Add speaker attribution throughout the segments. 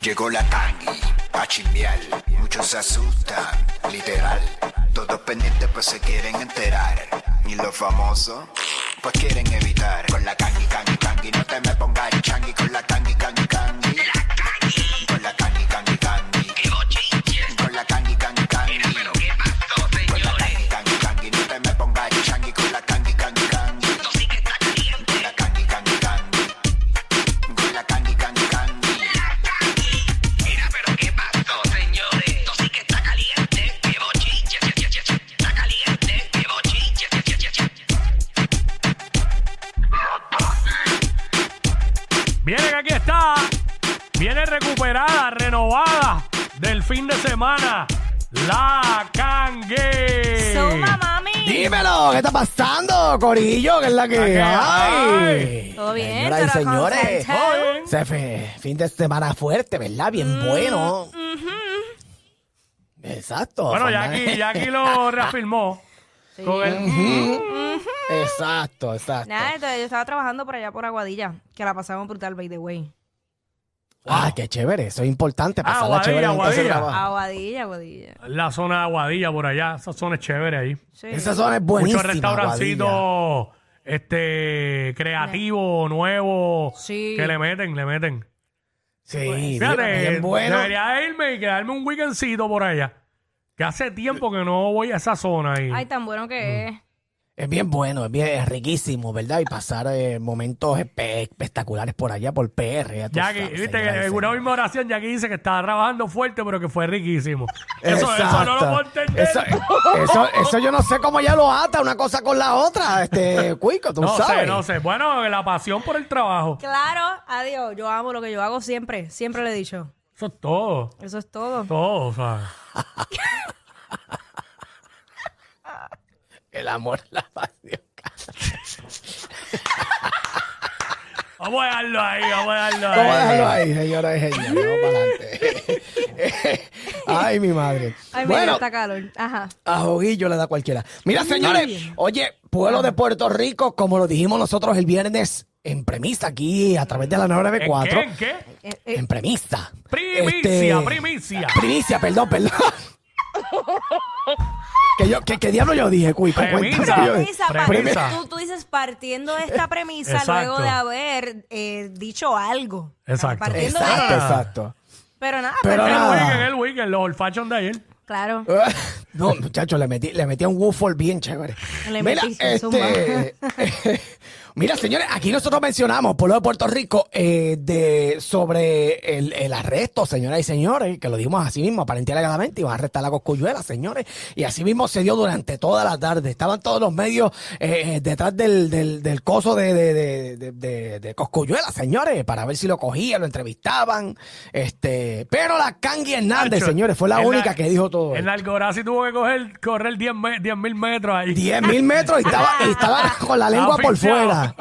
Speaker 1: Llegó la tangi a chimbiar, muchos se asustan, literal. Todos pendientes pues se quieren enterar. Y los famosos pues quieren evitar. Con la tangi, tangi, tangi, no te me pongas changi. Con la tangi, tangi, tangi. Con la tangi, tangi, tangi. Con la tangi, tangi, tangi. Con la tangi, tangi, tangi, no te me pongas changi. Con la tangi, tangi, tangi. Con la tangi, tangi, tangi. Con la tangi, tangi, tangi.
Speaker 2: Mira, pero qué pasó, señores. Esto sí que está caliente, qué bochinche, che, che, che, che. Está caliente, qué bochinche, che, che, che, che.
Speaker 3: Viene que aquí está. Viene recuperada, renovada del fin de semana. La cangue.
Speaker 4: Suma, mami.
Speaker 5: Dímelo, ¿qué está pasando, Corillo? ¿Qué es la que
Speaker 3: que
Speaker 5: hay?
Speaker 4: Todo bien,
Speaker 5: Señoras y
Speaker 4: pero con
Speaker 5: señores,
Speaker 4: salsa.
Speaker 3: Joven.
Speaker 5: se fe- fin de semana fuerte, ¿verdad? Bien
Speaker 4: Mm,
Speaker 5: bueno. Exacto.
Speaker 3: Bueno,
Speaker 5: Fernan-
Speaker 3: Jackie, Jackie lo reafirmó. Con el-
Speaker 5: Exacto, exacto.
Speaker 4: Nada, entonces yo estaba trabajando por allá por Aguadilla, que la pasamos brutal, by the way.
Speaker 5: Ah, qué chévere, eso es importante. Pasarla
Speaker 3: Aguadilla,
Speaker 5: chévere mientras se
Speaker 3: aguadilla.
Speaker 5: trabaja.
Speaker 4: Aguadilla, Aguadilla.
Speaker 3: la zona de Aguadilla por allá. Esa zona es chévere ahí.
Speaker 4: Sí.
Speaker 5: Esa zona es buenísima.
Speaker 3: Muchos restaurancitos este, creativos, nuevos.
Speaker 4: Sí.
Speaker 3: Que le meten, le meten.
Speaker 5: Aguadilla. Sí,
Speaker 3: Pues,
Speaker 5: bien,
Speaker 3: Fíjate,
Speaker 5: bien bueno.
Speaker 3: debería irme y quedarme un weekendcito por allá. Que hace tiempo que no voy a esa zona ahí.
Speaker 4: Ay, tan bueno
Speaker 3: Mm.
Speaker 4: que es.
Speaker 5: Es bien bueno, es bien es riquísimo, ¿verdad? Y pasar eh, momentos espe- espectaculares por allá, por PR. ya tú
Speaker 3: Ya que,
Speaker 5: sabes,
Speaker 3: viste,
Speaker 5: señoras y
Speaker 3: que en una
Speaker 5: señores.
Speaker 3: misma oración, ya que dice que estaba trabajando fuerte, pero que fue riquísimo. Eso, eso no lo
Speaker 5: Exacto.
Speaker 3: puedo entender.
Speaker 5: Eso, eh, eso, eso yo no sé cómo ya lo ata una cosa con la otra, este Cuico, tú
Speaker 3: no
Speaker 5: sabes.
Speaker 3: sé, no sé. Bueno, la pasión por el trabajo.
Speaker 4: Claro, adiós. Yo amo lo que yo hago siempre. Siempre le he dicho.
Speaker 3: Eso es todo.
Speaker 4: Eso es todo.
Speaker 3: Todo, o sea.
Speaker 5: El amor, la pasión.
Speaker 3: Vamos a dejarlo ahí, vamos a dejarlo ahí.
Speaker 5: Vamos a dejarlo ahí, señora y señores. Vamos para adelante. Ay, mi madre.
Speaker 4: Ay, mira,
Speaker 5: bueno,
Speaker 4: está calor. Ajá.
Speaker 5: a Joguillo le da cualquiera. Mira, señores, oye, pueblo de Puerto Rico, como lo dijimos nosotros el viernes, en premisa aquí, a través de la
Speaker 3: ¿En
Speaker 5: 994.
Speaker 3: qué? ¿En qué?
Speaker 4: Eh, eh,
Speaker 5: En premisa.
Speaker 3: Primicia,
Speaker 5: Este,
Speaker 3: primicia.
Speaker 5: Primicia, perdón, perdón. que yo, que, que diablo yo dije, Cuico?
Speaker 3: Premisa.
Speaker 5: Cuéntame, yo-
Speaker 4: premisa, pa-
Speaker 3: premisa.
Speaker 4: Tú, tú dices partiendo de esta premisa
Speaker 3: Exacto.
Speaker 4: luego de haber eh, dicho algo.
Speaker 3: Exacto.
Speaker 4: Partiendo de-
Speaker 5: Exacto,
Speaker 3: Ah.
Speaker 5: exacto.
Speaker 4: Pero nada, pues, eh,
Speaker 5: Pero
Speaker 3: El
Speaker 5: nada.
Speaker 3: weekend, el weekend, los old fashion de ayer.
Speaker 4: claro.
Speaker 5: No, muchachos, le metí, le metí a un waffle bien chévere.
Speaker 4: Le
Speaker 5: mira,
Speaker 4: metiste,
Speaker 5: este, mira, señores, aquí nosotros mencionamos, pueblo de Puerto Rico, eh, de, sobre el, el arresto, señoras y señores, que lo dimos así mismo, aparentemente alegadamente, iban a arrestar a la Coscuyuela, señores. Y así mismo se dio durante toda la tarde. Estaban todos los medios eh, eh, detrás del, del, del coso de, de, de, de, de- de Cosculluela, señores, para ver si lo cogían, lo entrevistaban. este Pero la Cangi Hernández,
Speaker 3: Nacho,
Speaker 5: señores, fue la
Speaker 3: en
Speaker 5: única que dijo todo.
Speaker 3: En
Speaker 5: esto.
Speaker 3: la Algorazi tuvo que coger, correr 10 me- 10 mil metros ahí.
Speaker 5: 10 mil metros y estaba, y estaba con la lengua por
Speaker 3: Asfixiado.
Speaker 5: fuera.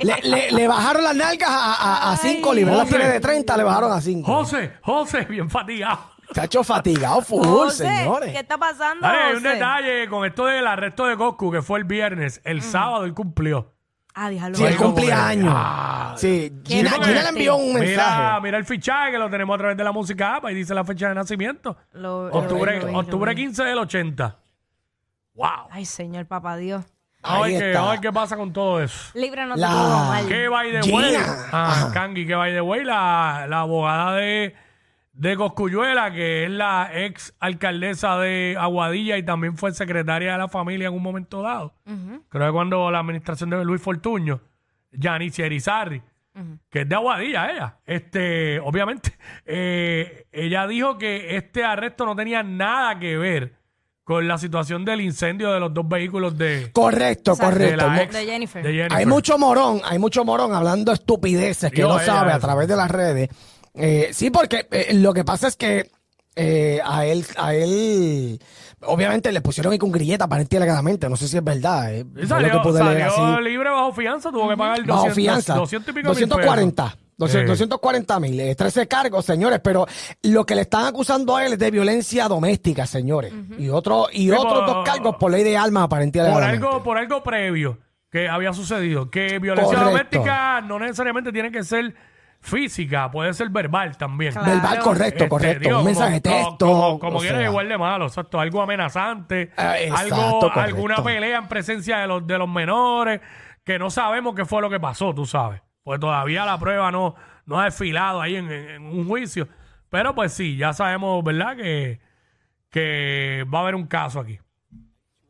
Speaker 5: Le, le- le bajaron las nalgas a 5 libras. Las tiene de 30, le bajaron a 5.
Speaker 3: José, José, bien fatigado.
Speaker 5: Chacho fatigado, full,
Speaker 4: José, ¿qué
Speaker 5: señores.
Speaker 4: está pasando?
Speaker 3: Dale, hay un
Speaker 4: José?
Speaker 3: detalle con esto del arresto de Goku que fue el viernes. El sábado él cumplió.
Speaker 4: Ah, déjalo.
Speaker 5: Sí, él
Speaker 3: como que-
Speaker 5: cumpleaños.
Speaker 3: Ah.
Speaker 5: Sí,
Speaker 4: Qué
Speaker 5: Gina,
Speaker 3: fuerte.
Speaker 5: Gina le envió un
Speaker 3: Mira,
Speaker 5: mensaje.
Speaker 3: mira el fichaje que lo tenemos a través de la música APA y dice la fecha de nacimiento.
Speaker 4: Lo- lo
Speaker 3: Octubre,
Speaker 4: vi, lo vi, lo
Speaker 3: octubre
Speaker 4: vi.
Speaker 3: 15 del 80. ¡Wow!
Speaker 4: Ay, señor, papá Dios.
Speaker 3: Vamos a
Speaker 5: Ahí
Speaker 3: ver qué-
Speaker 5: está.
Speaker 3: vamos a ver qué pasa con todo eso.
Speaker 4: Líbranos
Speaker 5: La-
Speaker 4: de todo mal.
Speaker 3: ¿Qué by the
Speaker 5: Gina.
Speaker 3: way? Ah,
Speaker 5: Ajá.
Speaker 3: Kangi, que by the way, la, la abogada de, de Cosculluela, que es la ex alcaldesa de Aguadilla y también fue secretaria de la familia en un momento dado. Creo que cuando la administración de Luis Fortuño, Yanis Erizarri, que es de Aguadilla ella, este, obviamente, eh, ella dijo que este arresto no tenía nada que ver con la situación del incendio de los dos vehículos de,
Speaker 5: Correcto,
Speaker 3: de
Speaker 4: Exacto.
Speaker 5: correcto.
Speaker 3: la
Speaker 5: No-
Speaker 3: ex
Speaker 4: De Jennifer.
Speaker 3: de Jennifer.
Speaker 5: Hay mucho morón, hay mucho morón hablando estupideces que
Speaker 3: Yo,
Speaker 5: no
Speaker 3: ella,
Speaker 5: sabe a
Speaker 3: eso.
Speaker 5: través de las redes. Eh, sí, porque eh, lo que pasa es que eh, a él, a él, obviamente le pusieron ahí con grilleta aparentemente, no sé si es verdad. eh,
Speaker 3: Y
Speaker 5: fue lo que
Speaker 3: salió,
Speaker 5: pude leer así.
Speaker 3: salió libre bajo fianza, tuvo que pagar 200,
Speaker 5: Bajo fianza.
Speaker 3: 200 y pico mil pesos.
Speaker 5: 240. 200,
Speaker 3: Sí.
Speaker 5: 240 mil, eh, 13 cargos, señores, pero lo que le están acusando a él es de violencia doméstica, señores. Y otro, y
Speaker 3: Sí,
Speaker 5: otros
Speaker 3: por-
Speaker 5: dos cargos por ley de armas aparentemente.
Speaker 3: por algo por algo previo que había sucedido que violencia
Speaker 5: Correcto.
Speaker 3: doméstica no necesariamente tiene que ser física puede ser verbal también
Speaker 4: Claro.
Speaker 5: Verbal, correcto,
Speaker 3: Este,
Speaker 5: correcto.
Speaker 3: digo,
Speaker 5: un
Speaker 3: como-
Speaker 5: mensaje de
Speaker 3: como-
Speaker 5: texto.
Speaker 3: como, como
Speaker 5: o
Speaker 3: quieras
Speaker 5: sea.
Speaker 3: igual de malo exacto algo amenazante
Speaker 5: Ah, exacto,
Speaker 3: algo
Speaker 5: correcto.
Speaker 3: alguna pelea en presencia de los de los menores que no sabemos qué fue lo que pasó tú sabes pues todavía la prueba no no ha desfilado ahí en, en- en un juicio pero pues sí ya sabemos verdad que que va a haber un caso aquí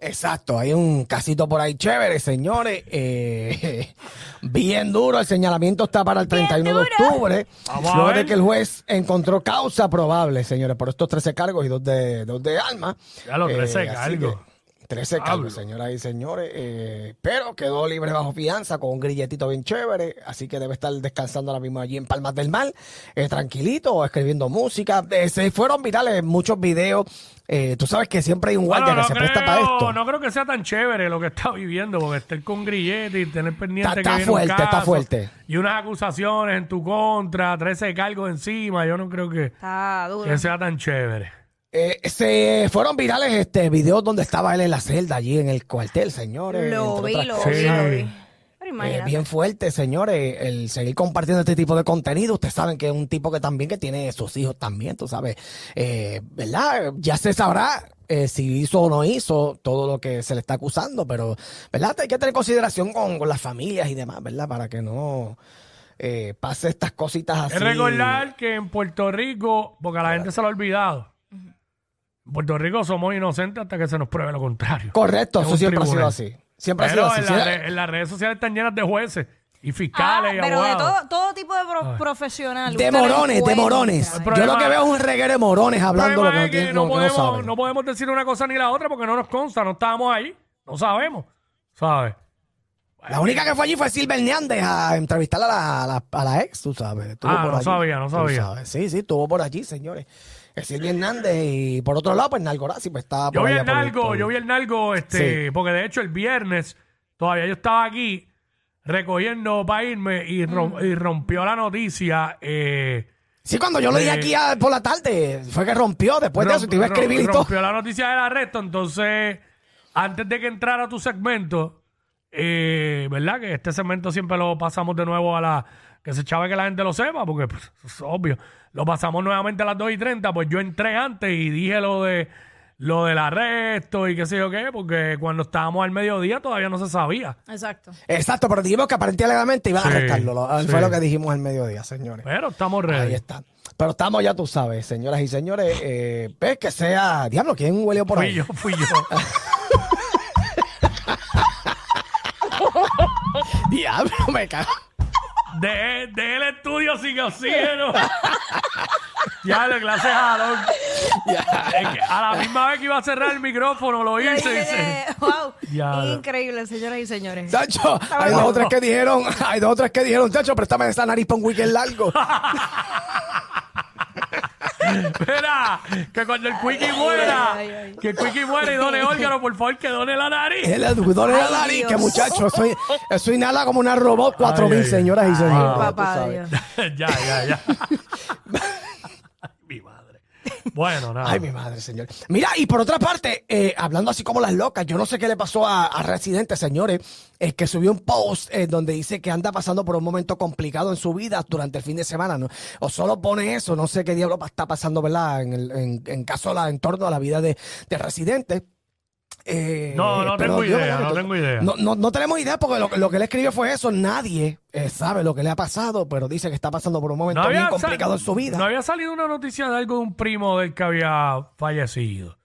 Speaker 5: Exacto, hay un casito por ahí chévere, señores. eh, bien duro, el señalamiento está para el 31 de octubre.
Speaker 3: Vamos a
Speaker 5: Luego de
Speaker 3: ver.
Speaker 5: que el juez encontró causa probable, señores, por estos 13 cargos y dos de, dos de alma.
Speaker 3: Ya los 13
Speaker 5: así
Speaker 3: cargos.
Speaker 5: que 13
Speaker 3: Hablo.
Speaker 5: cargos, señoras y señores. eh, pero quedó libre bajo fianza con un grilletito bien chévere, así que debe estar descansando ahora mismo allí en Palmas del Mar, eh, tranquilito, escribiendo música. Eh, se fueron virales muchos videos. Eh, tú sabes que siempre hay un guardia
Speaker 3: Bueno,
Speaker 5: que se presta para esto.
Speaker 3: no creo que sea tan chévere lo que está viviendo, porque estar con grillete y tener pendiente
Speaker 5: Está-
Speaker 3: que
Speaker 5: está
Speaker 3: viene un
Speaker 5: fuerte, está
Speaker 3: caso
Speaker 5: fuerte.
Speaker 3: Y unas acusaciones en tu contra, 13 cargos encima, yo no creo que,
Speaker 4: Está duro.
Speaker 3: que sea tan chévere.
Speaker 5: Eh, se fueron virales este videos donde estaba él en la celda, allí en el cuartel, señores.
Speaker 4: Lo
Speaker 5: entre
Speaker 4: vi,
Speaker 5: otras
Speaker 4: lo
Speaker 5: cosas.
Speaker 4: vi, lo vi.
Speaker 3: Sí.
Speaker 4: Pero
Speaker 5: Eh,
Speaker 4: imagínate.
Speaker 5: bien fuerte, señores, el seguir compartiendo este tipo de contenido. Ustedes saben que es un tipo que también que tiene sus hijos también, tú sabes, Eh, ¿verdad? Ya se sabrá eh, si hizo o no hizo todo lo que se le está acusando, pero, ¿verdad? Hay que tener consideración con, con las familias y demás, ¿verdad? Para que no eh, pase estas cositas así.
Speaker 3: Es recordar que en Puerto Rico, porque a la gente se lo ha olvidado, en Puerto Rico somos inocentes hasta que se nos pruebe lo contrario.
Speaker 5: Correcto,
Speaker 3: Es
Speaker 5: eso
Speaker 3: un
Speaker 5: siempre ha sido
Speaker 3: tribunal.
Speaker 5: así. Siempre ha sido
Speaker 3: Pero
Speaker 5: así.
Speaker 3: en,
Speaker 5: Si
Speaker 3: las
Speaker 5: era-
Speaker 3: re- en las redes sociales están llenas de jueces y
Speaker 4: Ah,
Speaker 3: fiscales y
Speaker 4: pero de
Speaker 3: abogados.
Speaker 4: todo, todo tipo de pro- profesional.
Speaker 5: De
Speaker 4: usted lo
Speaker 5: morones, de
Speaker 4: encuentra.
Speaker 5: morones.
Speaker 4: Ay,
Speaker 3: problema-
Speaker 5: Yo lo que veo es un reguero de morones hablando lo
Speaker 3: problema
Speaker 5: que no,
Speaker 3: es que
Speaker 5: tienen-
Speaker 3: no
Speaker 5: lo que no
Speaker 3: podemos,
Speaker 5: saben.
Speaker 3: no podemos decir una cosa ni la otra porque no nos consta, no estábamos ahí, no sabemos, ¿sabes?
Speaker 5: La única que fue allí fue Silver Neandes a entrevistar a la, a la- a la ex, tú sabes. Estuvo
Speaker 3: Ah,
Speaker 5: por
Speaker 3: no
Speaker 5: allí.
Speaker 3: sabía, no
Speaker 5: Tú
Speaker 3: sabía.
Speaker 5: sabes. Sí, sí, estuvo por allí, señores. El Silvia Hernández y por otro lado, pues Nalgorazi, pues estaba
Speaker 3: Yo
Speaker 5: por
Speaker 3: vi
Speaker 5: allá
Speaker 3: el
Speaker 5: por-
Speaker 3: nalgo,
Speaker 5: por-
Speaker 3: yo vi el nalgo, este, porque de hecho el viernes todavía yo estaba aquí recogiendo para irme y, rom- y rompió la noticia. Eh,
Speaker 5: Sí, cuando yo lo dije
Speaker 3: Eh,
Speaker 5: aquí a- por la tarde, fue que rompió después de eso,
Speaker 3: romp-
Speaker 5: Pues, te iba a
Speaker 3: rom-
Speaker 5: escribir y todo.
Speaker 3: Rompió la noticia del arresto, entonces, antes de que entrara tu segmento, eh, ¿verdad? Que este segmento siempre lo pasamos de nuevo a la... Que se chave que la gente lo sepa, porque pues, es obvio. Lo pasamos nuevamente a las 2 y 30, pues yo entré antes y dije lo de lo del arresto y qué sé yo qué, porque cuando estábamos al mediodía todavía no se sabía.
Speaker 4: Exacto.
Speaker 5: Exacto, pero dijimos que aparentemente iban a
Speaker 3: Sí,
Speaker 5: arrestarlo. lo-
Speaker 3: sí.
Speaker 5: Fue lo que dijimos al mediodía, señores.
Speaker 3: Pero estamos
Speaker 5: Ahí
Speaker 3: ready.
Speaker 5: está. Pero estamos ya, tú sabes, señoras y señores. Eh, ves que sea. Diablo, ¿quién huele por
Speaker 3: Fui
Speaker 5: ahí?
Speaker 3: yo, fui yo.
Speaker 5: Diablo, me cago.
Speaker 3: De, de el estudio sin oxígeno. ya, la clase de jalón. Es que a la misma vez que iba a cerrar el micrófono, lo
Speaker 4: Yo
Speaker 3: hice. y
Speaker 4: dije,
Speaker 3: se-
Speaker 4: wow,
Speaker 3: Ya.
Speaker 4: increíble, señoras y señores.
Speaker 5: Tacho, hay dos o tres que dijeron, hay dos o tres que dijeron, Tacho, préstame esa nariz para un weekend largo.
Speaker 3: Espera, que cuando el Quickie muera, que el Quickie muera y done órgano, por favor, que done la nariz.
Speaker 5: El educador de la
Speaker 4: Ay,
Speaker 5: nariz,
Speaker 4: Dios.
Speaker 5: que muchacho, soy, eso inhala como una robot, cuatro
Speaker 3: Ay,
Speaker 5: mil
Speaker 3: ay, ay.
Speaker 5: señoras y señores.
Speaker 4: Ay,
Speaker 5: ya tú
Speaker 4: papá
Speaker 5: sabes.
Speaker 4: Dios.
Speaker 3: ya, ya, ya. Ay, Mi madre. Bueno, nada.
Speaker 5: Ay, mi madre, señor. Mira, y por otra parte, eh, hablando así como las locas, yo no sé qué le pasó a, a Residente, señores, es que subió un post eh, donde dice que anda pasando por un momento complicado en su vida durante el fin de semana, ¿no? O solo pone eso, no sé qué diablo pa- está pasando, ¿verdad? En, el, en, en caso, la, en torno a la vida de, de Residente. Eh,
Speaker 3: No, no
Speaker 5: pero
Speaker 3: tengo
Speaker 5: Dios
Speaker 3: idea,
Speaker 5: mío,
Speaker 3: no
Speaker 5: tú-
Speaker 3: tengo idea.
Speaker 5: No, no- no tenemos idea porque lo, que- lo que él escribió fue eso. Nadie eh, sabe lo que le ha pasado, pero dice que está pasando por un momento bien
Speaker 3: sal-
Speaker 5: complicado en su vida.
Speaker 3: no había salido una noticia de algo de un primo del que había fallecido.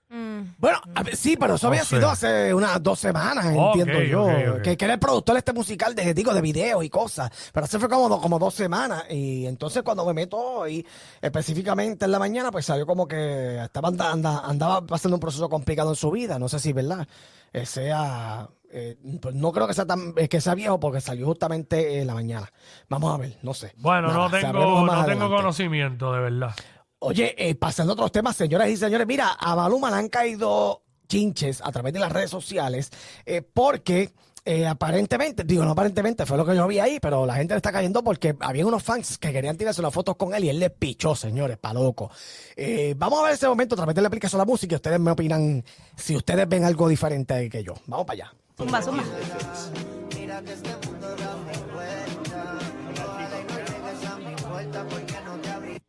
Speaker 5: Bueno, a ver, sí, pero eso había
Speaker 3: sé.
Speaker 5: sido hace unas dos semanas,
Speaker 3: Ok,
Speaker 5: entiendo yo.
Speaker 3: ok, ok.
Speaker 5: Que, que era el productor este musical de digo, de videos y cosas. Pero hace fue como, do- como dos semanas. Y entonces cuando me meto y específicamente en la mañana, pues salió como que estaba anda- anda- andaba pasando un proceso complicado en su vida. No sé si, ¿verdad? Eh, sea. eh, pues no creo que sea tan eh, que sea viejo porque salió justamente en la mañana. Vamos a ver, no sé.
Speaker 3: Bueno,
Speaker 5: Nada,
Speaker 3: no tengo,
Speaker 5: sabremos más
Speaker 3: no tengo
Speaker 5: adelante.
Speaker 3: conocimiento, de verdad.
Speaker 5: Oye, eh, pasando a otros temas, señoras y señores, mira, a Maluma le han caído chinches a través de las redes sociales eh, porque eh, aparentemente, digo, no aparentemente, fue lo que yo vi ahí, pero la gente le está cayendo porque había unos fans que querían tirarse las fotos con él y él les pichó, señores, pa' loco. Eh, vamos a ver ese momento a través de la aplicación de la música y ustedes me opinan si ustedes ven algo diferente que yo. Vamos para allá.
Speaker 4: Zumba, zumba.
Speaker 2: este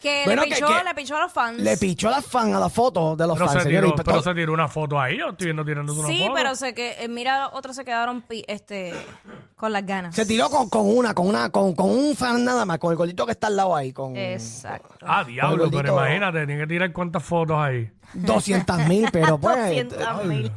Speaker 4: Que
Speaker 5: Bueno,
Speaker 4: le
Speaker 5: que-
Speaker 4: pichó,
Speaker 5: que-
Speaker 4: le pichó a los fans.
Speaker 5: Le pichó a las fans, a las fotos de los
Speaker 3: Pero,
Speaker 5: fans,
Speaker 3: se tiró,
Speaker 5: señores. y pues
Speaker 3: pero se tiró una foto ahí, yo estoy viendo tirando una
Speaker 4: sí,
Speaker 3: foto.
Speaker 4: pero se que eh, mira, otros se quedaron pi- este con las ganas.
Speaker 5: Se tiró con, con una, con una, con, con un fan nada más, con el gordito que está al lado ahí, con
Speaker 4: Exacto.
Speaker 3: Ah, diablo, pero
Speaker 5: gordito.
Speaker 3: imagínate, tiene que tirar cuántas fotos ahí.
Speaker 5: 200 mil, pero pues.
Speaker 4: 200.000.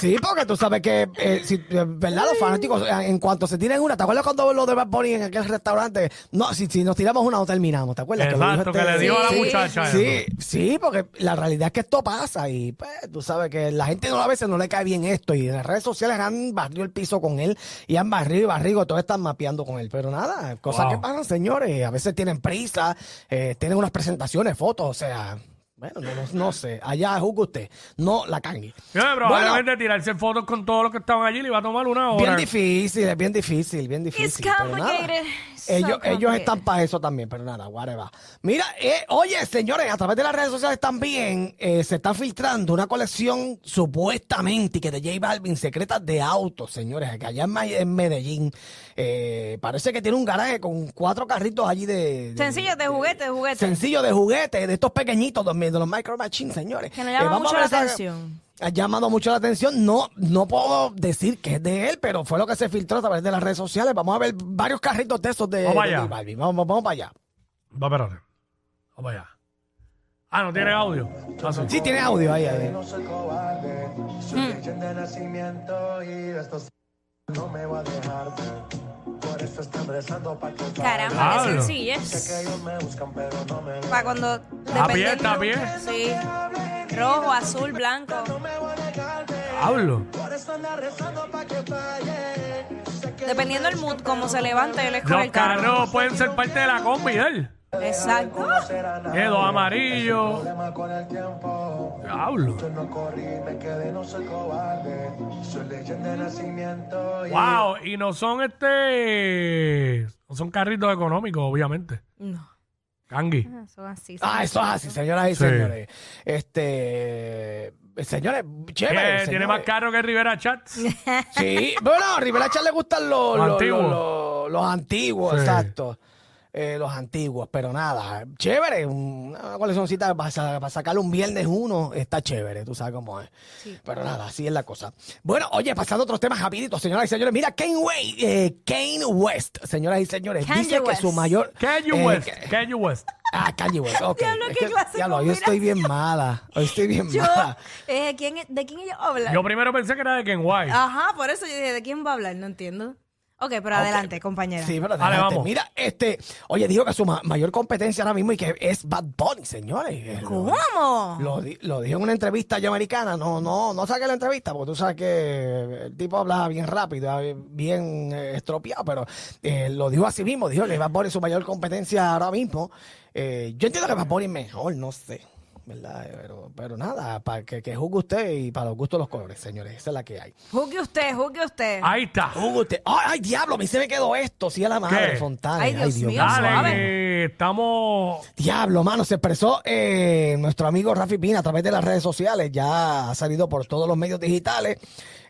Speaker 5: Sí, porque tú sabes que, eh, si- eh, ¿verdad? Los fanáticos, eh, en cuanto se tiren una, ¿te acuerdas cuando lo de Bad Bunny en aquel restaurante? No, si, si nos tiramos una, no terminamos, ¿te acuerdas? lo
Speaker 3: Exacto,
Speaker 5: dijo
Speaker 3: que le
Speaker 5: este-
Speaker 3: dio a la
Speaker 4: Sí,
Speaker 3: muchacha.
Speaker 5: Sí, sí, porque la realidad es que esto pasa y pues, tú sabes que la gente no, a veces no le cae bien esto y en las redes sociales han barrido el piso con él y han barrido y barrido, todos están mapeando con él, pero nada, cosas
Speaker 3: Wow.
Speaker 5: que pasan, señores, a veces tienen prisa, eh, tienen unas presentaciones, fotos, o sea, bueno, no, no- no sé, allá juzgue usted, no la cangue.
Speaker 3: Yo,
Speaker 5: Bueno,
Speaker 3: probablemente tirarse fotos con todos los que estaban allí le iba a tomar una hora.
Speaker 5: bien difícil, es bien difícil, bien difícil.
Speaker 4: It's
Speaker 5: pero nada.
Speaker 4: complicated. So
Speaker 5: Ellos, ellos
Speaker 4: complicated.
Speaker 5: están para eso también, pero nada, whatever. Mira, eh, oye, señores, a través de las redes sociales también eh, se está filtrando una colección supuestamente que de J Balvin, secretas de autos, señores, que allá en, May- en Medellín eh, parece que tiene un garaje con cuatro carritos allí de... de-
Speaker 4: Sencillo, de juguete, de juguete.
Speaker 5: Sencillo de juguete, de estos pequeñitos, de los micro machines, señores.
Speaker 4: Que nos llama
Speaker 5: Eh, vamos
Speaker 4: mucho
Speaker 5: a ver
Speaker 4: la
Speaker 5: esa-
Speaker 4: atención.
Speaker 5: Ha llamado mucho la atención. No, no puedo decir que es de él, pero fue lo que se filtró a través de las redes sociales. Vamos a ver varios carritos de esos de,
Speaker 3: Vamos para
Speaker 5: de
Speaker 3: allá.
Speaker 5: J Balvin. Vamos, vamos, vamos para allá.
Speaker 3: Va, espérate. Va para allá. Ah, no tiene audio. Ah, sí.
Speaker 5: Sí, tiene audio ahí. ahí.
Speaker 4: Caramba,
Speaker 3: Claro.
Speaker 4: qué sencillez. Para cuando
Speaker 3: Está Ah, bien,
Speaker 4: dependiendo-
Speaker 3: está bien.
Speaker 4: Sí. Rojo, azul, blanco.
Speaker 3: Hablo.
Speaker 4: Dependiendo el mood, como se levanta, él escoge
Speaker 3: Los
Speaker 4: el carro.
Speaker 3: carros pueden ser parte de la combi ¿eh? de él.
Speaker 4: Exacto.
Speaker 3: Quedo amarillo. Diablo. Wow, y no son este. No son carritos económicos, obviamente.
Speaker 4: No,
Speaker 3: Cangui.
Speaker 4: son así. son
Speaker 5: Ah, eso es así, señoras y
Speaker 3: Sí.
Speaker 5: señores. Este. Señores,
Speaker 3: Eh,
Speaker 5: chévere.
Speaker 3: tiene
Speaker 5: señores.
Speaker 3: más carro que Rivera Chats.
Speaker 5: Sí, bueno, a Rivera Chá le gustan los,
Speaker 3: Los
Speaker 5: los, los-
Speaker 3: antiguos.
Speaker 5: los- los antiguos,
Speaker 3: Sí.
Speaker 5: exacto. Eh, los antiguos, pero nada, chévere, un- una coleccioncita para, sa- para sacarle un viernes uno, está chévere, tú sabes cómo es. Pero nada, así es la cosa. Bueno, oye, pasando a otros temas rapidito, señoras y señores, mira, Kane, Way- eh, Kane West, señoras y señores,
Speaker 4: Kanye
Speaker 5: dice que
Speaker 4: West.
Speaker 5: su mayor...
Speaker 3: Kanye
Speaker 5: eh,
Speaker 3: West.
Speaker 5: que-
Speaker 3: Kanye West.
Speaker 5: ah, Kanye West, ok.
Speaker 4: Diablo,
Speaker 5: Es
Speaker 4: qué clase de
Speaker 5: diablo, hoy estoy bien mala, hoy estoy bien
Speaker 4: Yo,
Speaker 5: mala.
Speaker 4: eh, ¿quién es- ¿de quién ellos hablan?
Speaker 3: Yo primero pensé que era de Ken White.
Speaker 4: Ajá, por eso yo dije, ¿de quién va a hablar? No entiendo. Ok, pero adelante, compañera.
Speaker 5: Sí, pero
Speaker 3: Dale,
Speaker 5: adelante.
Speaker 3: vamos.
Speaker 5: Mira, este, oye, digo que su ma- mayor competencia ahora mismo y que es Bad Bunny, señores. Eh, Lo,
Speaker 4: ¿Cómo?
Speaker 5: lo di- lo dijo en una entrevista ya americana. No, no, no saqué la entrevista porque tú sabes que el tipo hablaba bien rápido, eh, bien eh, estropeado, pero eh, lo dijo así mismo. Dijo que Bad Bunny es su mayor competencia ahora mismo. Eh, yo entiendo que Bad Bunny es mejor, no sé. ¿Verdad? Pero, pero nada, para que, que juzgue usted y para los gustos los colores, señores. Esa es la que hay.
Speaker 4: Juzgue usted, juzgue usted.
Speaker 3: Ahí está.
Speaker 5: Uh, Juzgue usted. ¡Ay, ay, diablo! A mí se me quedó esto. Sí, a la madre,
Speaker 3: ¿Qué?
Speaker 5: Fontana.
Speaker 4: Ay, Dios mío,
Speaker 3: Dale,
Speaker 4: suave.
Speaker 3: que que estamos
Speaker 5: Diablo, mano, se expresó eh, nuestro amigo Rafi Pina a través de las redes sociales, ya ha salido por todos los medios digitales.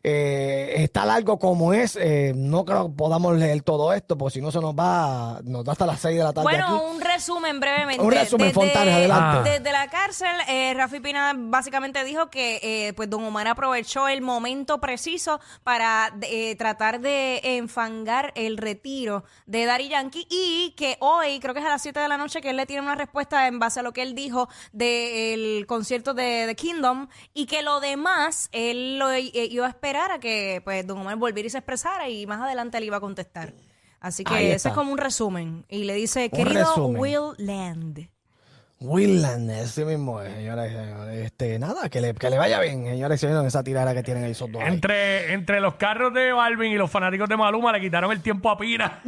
Speaker 5: Eh, está largo como es, eh, no creo que podamos leer todo esto, porque si no se nos va, nos da hasta las 6 de la tarde.
Speaker 4: Bueno,
Speaker 5: aquí.
Speaker 4: un resumen brevemente.
Speaker 5: Un resumen,
Speaker 4: Desde-
Speaker 5: Fontanes, adelante.
Speaker 4: Desde la cárcel, eh, Rafi Pina básicamente dijo que eh, pues Don Omar aprovechó el momento preciso para de- eh, tratar de enfangar el retiro de Daddy Yankee y que hoy, creo que es a las 7 de la noche, que él le tiene una respuesta en base a lo que él dijo del concierto de The Kingdom y que lo demás él lo i- eh, iba a esperar a que pues Don Omar volviera y se expresara y más adelante le iba a contestar. Así
Speaker 5: Ahí
Speaker 4: que ese
Speaker 5: está.
Speaker 4: es como un resumen. Y le dice,
Speaker 5: Un
Speaker 4: Este, querido
Speaker 5: resumen.
Speaker 4: Will Land.
Speaker 5: Willan, ese mismo es, señoras y señores. Este, nada, que le, que le vaya bien, señores y señores, en esa tirada que tienen ahí esos dos. ahí.
Speaker 3: entre, entre los carros de Balvin y los fanáticos de Maluma, le quitaron el tiempo a Pina.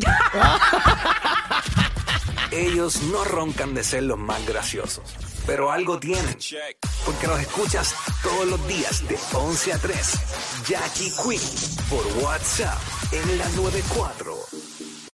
Speaker 6: Ellos no roncan de ser los más graciosos, pero algo tienen. Porque los escuchas todos los días de 11 a 3. Jackie Quinn por WhatsApp en la 94.